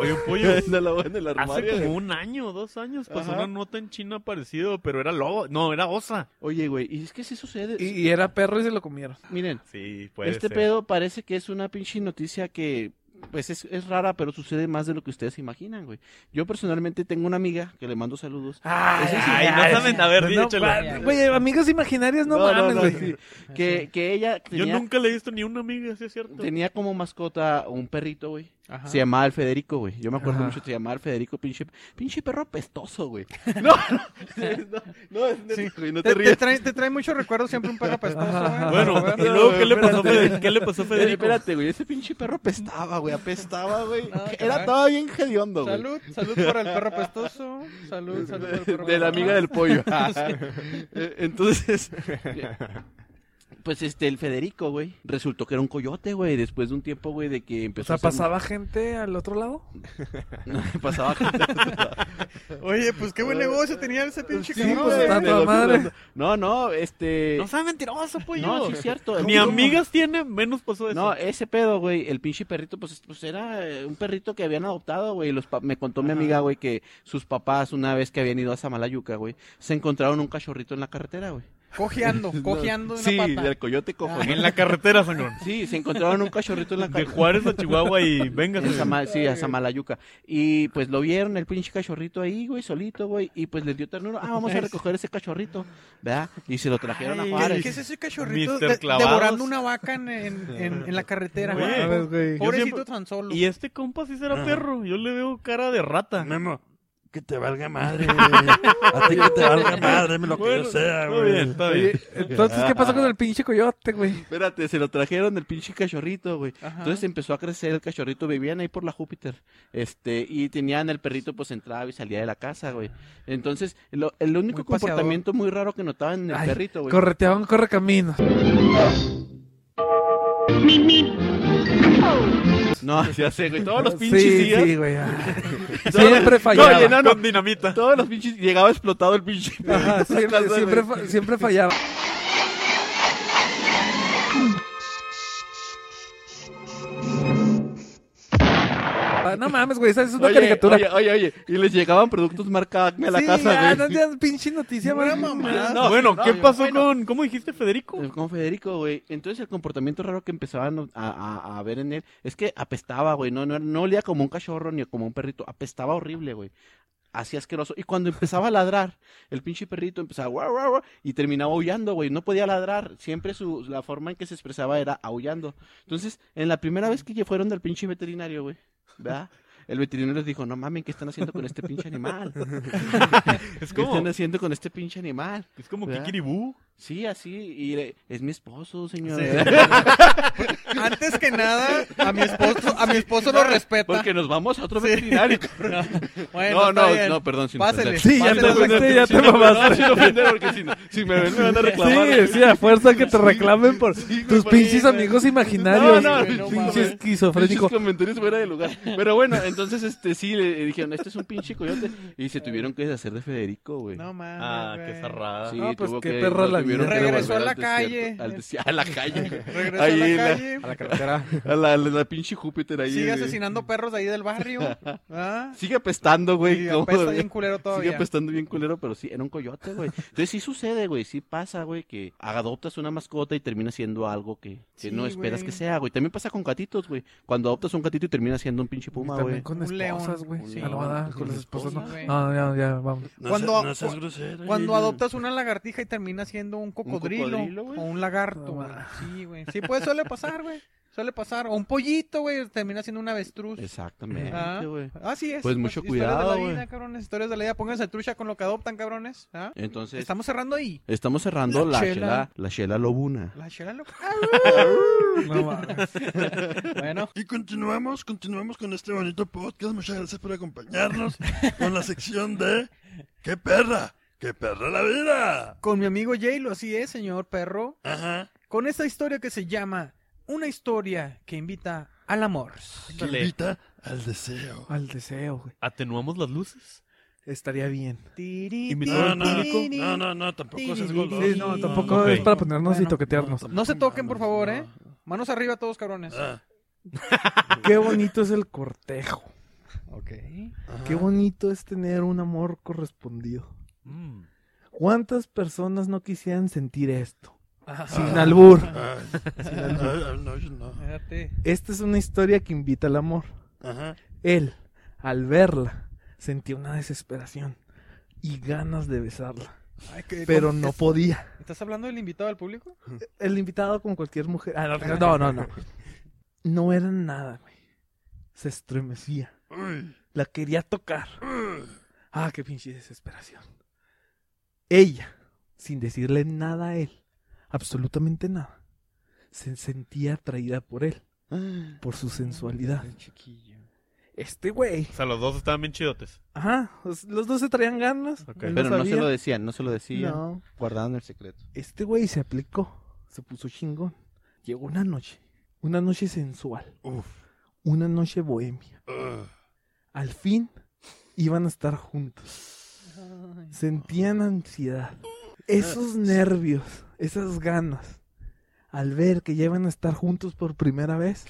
oye, pollo. Una loba en el Hace armario. como güey. un año o dos años pasó eh. Ajá. una nota en China parecido, pero era lobo. No, era osa. Oye, güey, y es que si sucede. Y, y era perro y se lo comieron. Miren, Sí, puede este ser. pedo parece que es una pinche noticia que pues es, es rara, pero sucede más de lo que ustedes imaginan, güey. Yo personalmente tengo una amiga que le mando saludos. Ah, Ay, no saben. A ver, No, di, no, échale. va- güey, amigas imaginarias, no, mames, güey. sí. que, que ella Yo tenía, nunca le he visto ni una amiga, ¿sí es cierto? tenía como mascota un perrito, güey. Ajá. Se llamaba el Federico, güey. Yo me acuerdo Ajá. mucho, se llamaba el Federico, pinche, pinche perro pestoso, güey. No, no, no, no, es neta, Sí. güey, no Te, te te rías. trae, te trae mucho recuerdo siempre un perro ¿eh? apestoso, güey. Bueno, A ver. y luego, ¿qué le, espérate. pasó a Federico? ¿qué le pasó Espérate, a Federico? Espérate, güey, ese pinche perro pestaba, güey, apestaba, güey. Ah, Era caray. todo bien hediondo, güey. Salud, salud por el perro apestoso. Salud, salud por el perro de apestoso. la amiga del pollo. Eh, Entonces, pues este, el Federico, güey, resultó que era un coyote, güey, después de un tiempo, güey, de que O empezó sea, a pasaba gente al otro lado. pasaba. pasaba Oye, pues qué buen negocio tenía ese pinche ¿eh? Sí, cabrón. pues, güey. está toda madre. No, no, este... No seas mentiroso, pollo. No, sí es cierto. Ni amigas tiene, menos pasó eso. No, ese pedo, güey, el pinche perrito, pues, pues era eh, un perrito que habían adoptado, güey. Los pa- Me contó mi amiga, güey, que sus papás, una vez que habían ido a Samalayuca, güey, se encontraron un cachorrito en la carretera, güey. Cojeando, cojeando de sí, una pata. del coyote cojo. en la carretera, sangrón. Sí, se encontraron un cachorrito en la De carretera. Juárez a Chihuahua y venga. En sangrón. Sama- sí, a Samalayuca. Y pues lo vieron, el pinche cachorrito ahí, güey, solito, güey. Y pues les dio ternura. Ah, vamos a recoger ese cachorrito, ¿verdad? Y se lo trajeron Ay, a ¿Qué, Juárez. qué es ese cachorrito Mister de- Clavados. devorando una vaca en, en, en- en la carretera? Oye, güey? Mames, güey. Yo Pobrecito siempre- tan solo. Y este compa sí será Ajá. perro. Yo le veo cara de rata. Memo, que te valga madre, güey. A ti que te valga madre, me lo que Bueno, yo sea, está güey. bien, está bien. Oye, entonces, ¿qué pasó con el pinche coyote, güey? Espérate, se lo trajeron el pinche cachorrito, güey. Ajá. Entonces empezó a crecer el cachorrito, vivían ahí por la Júpiter. Este, y tenían el perrito, pues entraba y salía de la casa, güey. Entonces, lo- el único Muy paseador. comportamiento muy raro que notaban en el Ay, perrito, güey. Correteaban correcaminos. No, ya sé, güey. Todos los pinches Sí, días. sí, güey. ah. Siempre fallaba. No, enano. Con dinamita. Todos los pinches llegaba explotado el pinche. perrito a Ajá, la siempre, casa, siempre, güey. fa- siempre fallaba. Ah, no mames, güey, esa es una Oye, caricatura. Oye, oye, oye. Y les llegaban productos marca Acme a la sí, casa, ah, güey. no seas pinche noticia, Una güey. mamada. No, bueno, ¿qué pasó con. ¿Cómo dijiste, Federico? Eh, Con Federico, güey. Entonces el comportamiento raro que empezaban a, a- a ver en él es que apestaba, güey. No, no, no olía como un cachorro ni como un perrito. Apestaba horrible, güey. Así asqueroso. Y cuando empezaba a ladrar, el pinche perrito empezaba guau, guau, guau, y terminaba aullando, güey. No podía ladrar. Siempre su, la forma en que se expresaba era aullando. Entonces, en la primera vez que ya fueron del pinche veterinario, güey, ¿verdad? El veterinario les dijo, no mames, ¿qué están haciendo con este pinche animal? Es ¿Qué están como. haciendo con este pinche animal? Es como ¿Verdad? Kikiribú. Sí, así, y le- es mi esposo, señor. Antes que nada, a mi esposo, a mi esposo lo respeta. Porque nos vamos a otro veterinario. Bueno, no, está no, bien. no, perdón. Sin Pásele. ofender. Sí, ya Pásele la te fuiste, ya Sin te ofender, mamaste. no, sin ofender, porque si, no- si me ven, me van a reclamar. Sí, sí, a fuerza que te reclamen por tus por ahí, pinches güey. amigos imaginarios. No, no, güey, no pinche mames. esquizofrénico. Pinches comentarios fuera de lugar. Pero bueno, entonces este sí le dijeron, este es un pinche coyote. Y se tuvieron que deshacer de Federico, güey. No mames. Ah, qué güey. zarrada. Sí, No, pues, tuvo qué que, perra lo la tuvieron tuvieron que Regresó devolver a la al desierto- calle. al desi- a la calle. Regresó Ahí a la la- calle. A la carretera. A la, la- la pinche Júpiter ahí. eh. Sigue güey. asesinando perros de ahí del barrio. ¿Ah? Sigue apestando, güey. Y como- apesta bien culero Sigue todavía. apestando bien culero, pero sí, era un coyote, güey. Entonces sí sucede, güey, sí pasa, güey, que adoptas una mascota y termina siendo algo que, que Sí, no esperas güey. que sea, güey. También pasa con gatitos, güey. Cuando adoptas un gatito y termina siendo un pinche puma, güey. También con Un león. esposas, güey. Un Ah, no, león, ah, pues, con las esposas no. güey. No, ya, ya, vamos. No, Cuando- seas- no seas cu- grosero. Cuando Gina. adoptas una lagartija y termina siendo un cocodrilo, cocodrilo, güey. o un lagarto, No, güey. ma. Sí, güey. Sí, pues suele pasar, güey. Suele pasar. O un pollito, güey, termina siendo un avestruz. Ah. Exactamente, güey. Así es. Pues mucho Historias de la cuidado, vida, güey. cabrones. Historias de la vida. Pónganse trucha con lo que adoptan, cabrones. ¿Ah? Entonces, Estamos cerrando ahí. estamos cerrando la, La chela. chela. la chela lobuna. La chela loca. No, mames. bueno. Y continuamos, continuamos con este bonito podcast. Muchas gracias por acompañarnos con la sección de ¡Qué perra! ¡Qué perra la vida! Con mi amigo Jaylo, así es, señor perro. Ajá. Con esta historia que se llama Una historia que invita al amor. Que Dale. invita al deseo. Ah, Al deseo, güey. Atenuamos las luces. Estaría bien. Tiri, Invitado No, tiri, no, tiri, tiri. no, no, no, tampoco seas goloso. Sí, no, tampoco ok. es para ponernos y Bueno. toquetearnos. No se toquen, por favor, ¿eh? Manos arriba todos, cabrones. Ah, Qué bonito es el cortejo. Ok. ajá. Qué bonito es tener un amor correspondido. Mm. ¿Cuántas personas no quisieran sentir esto? Ajá. Ah, Sin albur. Ay, ay, no, yo no. Espérate. Esta es una historia que invita al amor. Ajá. Él, al verla, sentía una desesperación y ganas de besarla, Ay, que- pero no podía. ¿Estás hablando del invitado al público? El invitado con cualquier mujer. ah, no, no, no. No era nada, güey. Se estremecía. Uy, La quería tocar. uy. Ah, qué pinche desesperación. Ella, sin decirle nada a él, absolutamente nada, se sentía atraída por él, Ah, por su sensualidad. Este güey. O sea, los dos estaban bien chidotes. Ajá, los, los dos se traían ganas. Ok. él Pero no se sabía. lo decían, no se lo decían. No. Guardaban el secreto. Este güey se aplicó, se puso chingón. Llegó una noche, una noche sensual, Uf. una noche bohemia. ah. Al fin iban a estar juntos. Sentían ansiedad, esos nervios, esas ganas. Al ver que ya iban a estar juntos por primera vez,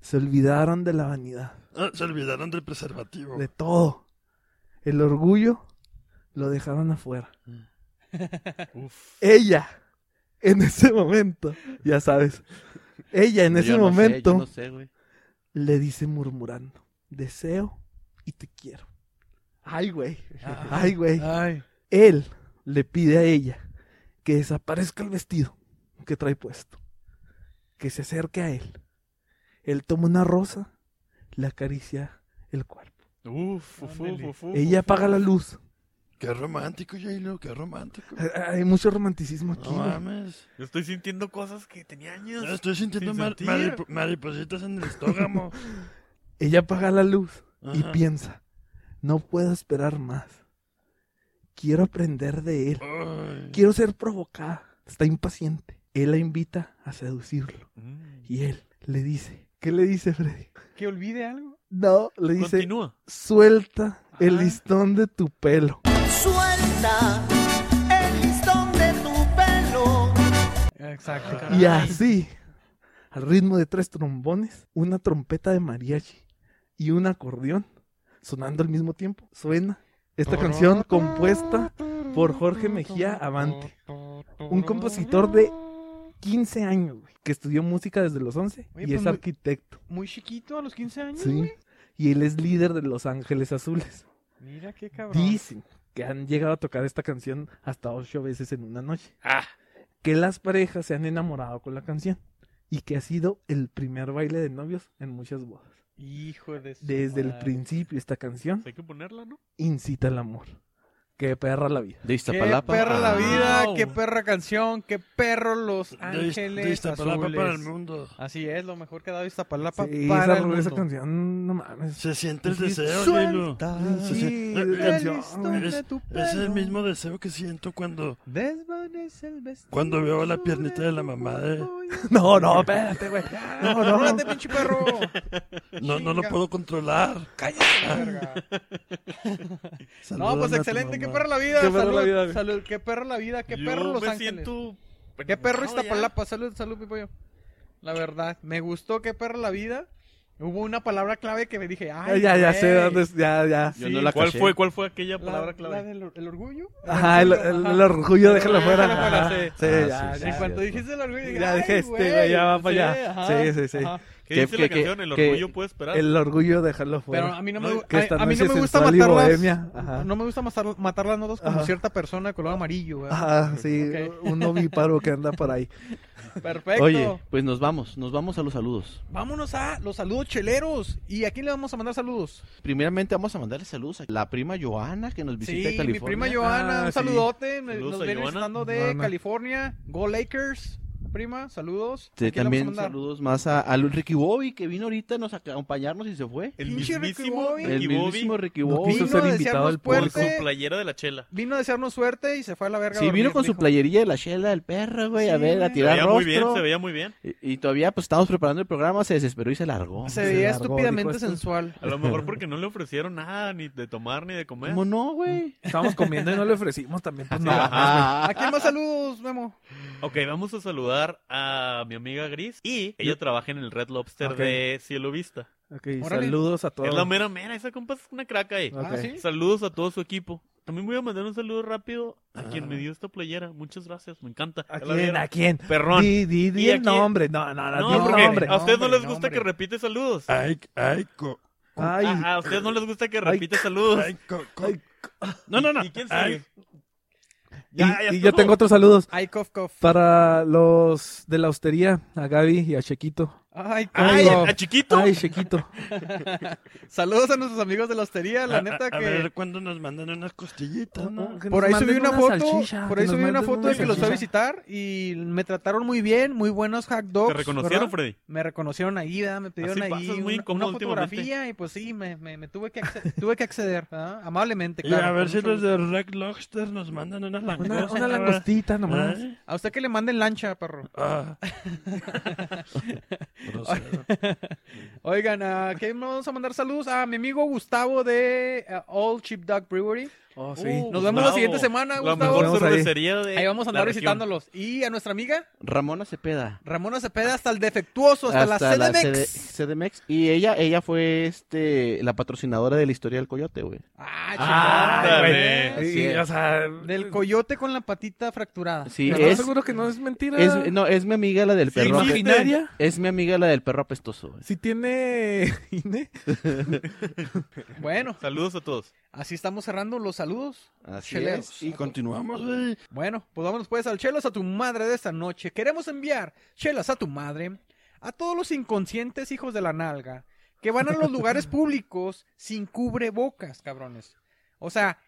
se olvidaron de la vanidad, Ah, se olvidaron del preservativo. de todo. El orgullo lo dejaron afuera. Uf. Ella, en ese momento, ya sabes, ella en ese Yo no sé, momento yo no sé, güey. le dice murmurando, deseo y te quiero. Ay, güey. Ay, güey. Ah. Ay. Él le pide a ella que desaparezca el vestido que trae puesto, que se acerque a él. Él toma una rosa, le acaricia el cuerpo. Uf, uf, uf, uf, uf. Ella apaga la luz. Qué romántico, Jailo, qué romántico. Hay mucho romanticismo aquí. No güey. mames. Yo estoy sintiendo cosas que tenía años. Ya Estoy sintiendo Sin mar- sentir. maripo- maripositas en el estómago. Ella apaga la luz y Ajá. piensa, no puedo esperar más. Quiero aprender de él. Ay. Quiero ser provocada. Está impaciente. Él la invita a seducirlo. Mm. Y él le dice. ¿Qué le dice Freddy? Que olvide algo. No, le dice. Continúa. Suelta el Ajá. listón de tu pelo. Suelta el listón de tu pelo. Exacto. Y así, al ritmo de tres trombones, una trompeta de mariachi y un acordeón sonando al mismo tiempo, suena esta canción compuesta por Jorge Mejía Avante, un compositor de 15 años, güey, que estudió música desde los 11 Oye, y pues es muy- arquitecto. Muy chiquito, a los 15 años. Sí. güey. Y él es líder de Los Ángeles Azules. Mira qué cabrón. Dicen que han llegado a tocar esta canción hasta ocho veces en una noche. Que las parejas se han enamorado con la canción. Y que ha sido el primer baile de novios en muchas bodas. Hijo de su Desde el madre. principio esta canción Hay que ponerla, ¿no? incita al amor. Qué perra la vida. De Qué Iztapalapa. perra la Ah. vida, Wow. qué perra canción, qué perro Los De Iz- Ángeles de Iztapalapa Azules. para el mundo. Así es, lo mejor que ha dado Iztapalapa Sí, para esa, el esa mundo. canción, no mames. Se siente el deseo, Lilo. Suelta. Se Sí, siente- la eh, canción, es- güey. es, es el mismo deseo que siento cuando, Desvanece el vestido. cuando veo la piernita de la mamá de... No, no, espérate, güey. No, no. ¡Órale, pinche perro! No, no lo Chinga. puedo controlar. ¡Cállate, la verga! No, Salúdame Ah, a pues tu excelente. ¡Qué mamá. perro la vida! Qué perro salud, la vida, güey. salud, ¡Qué perro la vida! ¡Qué perro Yo Los me Ángeles! siento... ¡Qué perro está Iztapalapa! ¡Salud, salud, Pipoyo! La verdad, me gustó ¡Qué perro la vida! Hubo una palabra clave que me dije, ¡ay, ya, ya güey! sé dónde es- Ya, ya. Yo no la ¿Cuál caché. fue, ¿Cuál fue aquella La, palabra la clave? del or- el orgullo. Ajá, el, el, el orgullo, déjalo fuera. Déjalo fuera, Ajá. sí. Sí, Ah, ya, sí, En sí. ya. cuanto dijiste el orgullo, dije, Ya "Ay, dije, este, güey, ya va para allá". Sí, sí, sí. ¿Qué que- dice la que- canción? El que- orgullo puede esperar. El orgullo, déjalo Pero fuera. a mí no me, No, gu- que esta a- a mí no noche me gusta sensual y matarlas. bohemia. Ajá. No me gusta matar, matar las notas como Ajá. cierta persona de color amarillo, güey. Ajá, sí, Ok. un ovíparo que anda por ahí. Perfecto. Oye, pues nos vamos, nos vamos a los saludos. Vámonos a los saludos cheleros. ¿Y a quién le vamos a mandar saludos? Primeramente vamos a mandarle saludos a la prima Joana que nos visita en sí, mi California. prima Joana, Ah, un sí. saludote. me- Saludos Nos a viene Joana. visitando de Joana. California. Go Lakers, prima, saludos. Te- ¿A quién le también vamos a mandar? saludos más a, a Ricky Bobby que vino ahorita nos a acompañarnos y se fue. El Pinche Ricky mismísimo Bobby. El, Ricky Bobby. mismísimo Ricky No Bobby. quiso Vino ser a invitado al desearnos puerta. Con público. su Fuerte. playera de la chela. Vino a desearnos suerte y se fue a la verga. a Sí, vino dormir, con su dijo. playerilla de la chela del perro, güey, a Sí, ver, a güey. Se tirar veía muy rostro. bien, se veía muy bien. y, y todavía pues estábamos preparando el programa, se desesperó y se largó. Se Se veía largó, dijo, estúpidamente "Esto- sensual. A lo mejor porque no le ofrecieron nada, ni de tomar, ni de comer. ¿Cómo no, güey? Ah, Estábamos comiendo y no le ofrecimos también. Pues no. ¿A quién más saludos, Memo? Ok, vamos a saludar a mi amiga Gris. Y ella trabaja en el Red Lobster Ok. de Cielo Vista. Ok, Órale. saludos a todos. Es la mera mera, esa compa es una craca ahí. Ok. Ah, sí. Saludos a todo su equipo. También voy a mandar un saludo rápido a quien me dio esta playera. Muchas gracias, me encanta. Ah. ¿A Ya la quién? vieron. ¿A quién? Perrón. Di, di, di ¿Y a el quién? nombre. No, no, no, No, di el porque nombre. a ustedes no Nombre, les gusta nombre. que repite saludos. Ay, ay, co, Ay, Ah, a ustedes no les gusta que Ay, repite saludos. ay, co, co- Ay, No, no, no. ¿Y quién Ay, sigue? y, Ya, ya y yo estuvo. tengo otros saludos. Ay, cof, cof. Para los de la hostería, a Gaby y a Chequito. Ay, cof. Ay, Ay, a chiquito. Ay, Chequito. Saludos a nuestros amigos de la hostería, la a- neta a, que... Oh, a ver cuándo nos mandan unas costillitas, ¿no? Que Por nos ahí subí manden una una foto, salchicha, por que ahí nos subí una manden foto una de que los fue a salchicha. visitar y me trataron muy bien, muy buenos hot dogs. ¿Te reconocieron, ¿verdad? Freddy? Me reconocieron ahí, ¿verdad? me pidieron Así ahí pasas, muy un- incómodo una fotografía y pues sí, me, me- me tuve, que acce- tuve que acceder, ¿verdad? amablemente, Y claro. a ver con si mucho los gusto. de Red Lobster nos mandan unas Una, langostas. una ¿verdad? langostita nomás. Ay, A usted que le manden lancha, perro. ah. Grosero. Oigan, ¿a quién nos vamos a mandar saludos? A mi amigo Gustavo de eh, All Chip Dog Brewery. Oh, sí. Uh, Nos vemos la Gustavo, siguiente semana, La Gustavo. Nos mejor vemos ahí. cervecería de Ahí vamos a andar la región. visitándolos. Y a nuestra amiga Ramona Cepeda. Ramona Cepeda hasta el defectuoso, hasta, la CDMX. CD CDMX. Y ella, ella fue este la patrocinadora de la historia del coyote, güey. Ah, Ah, chingada, ándale. güey. Y, o sea, Del coyote con la patita fracturada. Sí, ¿Estás es, seguro que no es mentira? Ah. es- no, es mi amiga la del Sí, perro. sí. imaginaria. Es mi amiga la del perro apestoso, güey. Si tiene INE. Bueno, Saludos a todos. así estamos cerrando los saludos. Así Cheleos. es. Y continuamos, güey. Bueno, pues vámonos pues al chelos a tu madre de esta noche. Queremos enviar chelas a tu madre, a todos los inconscientes hijos de la nalga, que van a los lugares públicos sin cubrebocas, cabrones. O sea,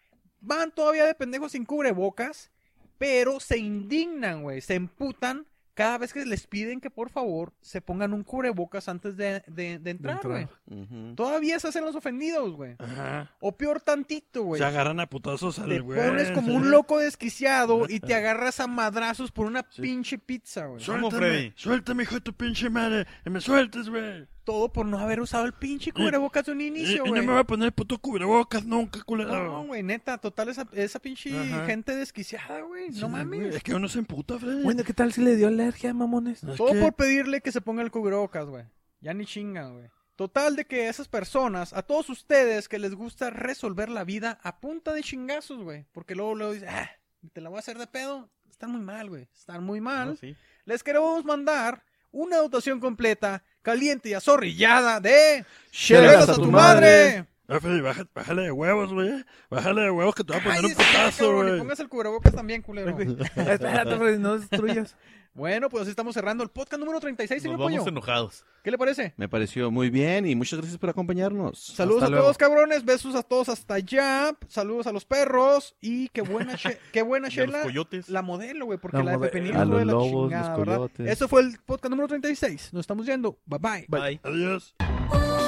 van todavía de pendejos sin cubrebocas, pero se indignan, güey, se emputan cada vez que les piden que por favor se pongan un cubrebocas antes de, de- de entrar, entrar. güey. Ujú. Todavía se hacen los ofendidos, güey. Ajá. O peor tantito, güey. Se agarran a putazos Te al güey. pones como un sí. loco desquiciado y te agarras a madrazos por una pinche pizza, güey. ¿Cómo, Freddy? Suéltame, suéltame, hijo de tu pinche madre. Que me sueltes, güey. Todo por no haber usado el pinche cubrebocas de un Y, y inicio, no güey. me va a poner puto cubrebocas nunca, No, culero. güey, neta, total, esa, esa pinche Ajá. gente desquiciada, güey. Sí, No mames. Es que uno se emputa, Freddy. Bueno, ¿qué tal si le dio alergia, mamones? Es Todo que- por pedirle que se ponga el cubrebocas, güey. Ya ni chingan, güey. Total de que esas personas, a todos ustedes que les gusta resolver la vida a punta de chingazos, güey. Porque luego luego dicen, ah, te la voy a hacer de pedo. Están muy mal, güey. Están muy mal. No, sí. les queremos mandar una dotación completa, caliente y azorrillada de Chelas a tu madre. Ah, Freddy, baja- bájale de huevos, güey. Bájale de huevos que te va a poner un Cállese, putazo, cabrón, y güey. Pongas el cubrebocas también, culero. Espérate, Freddy, no destruyas. Bueno, pues así estamos cerrando el podcast número 36, Nos señor vamos Pollo. enojados. ¿Qué le parece? Me pareció muy bien y muchas gracias por acompañarnos. Saludos Hasta a luego. todos, cabrones. Besos a todos hasta allá. Saludos a los perros. Y qué buena, che- qué buena Y a los chela. coyotes. La modelo, güey, porque La la, de modelo. Pepe A de los la lobos, los chingada, ¿verdad? coyotes. Eso fue el podcast número 36. Nos estamos yendo. Bye bye. Bye. Adiós. Ooh,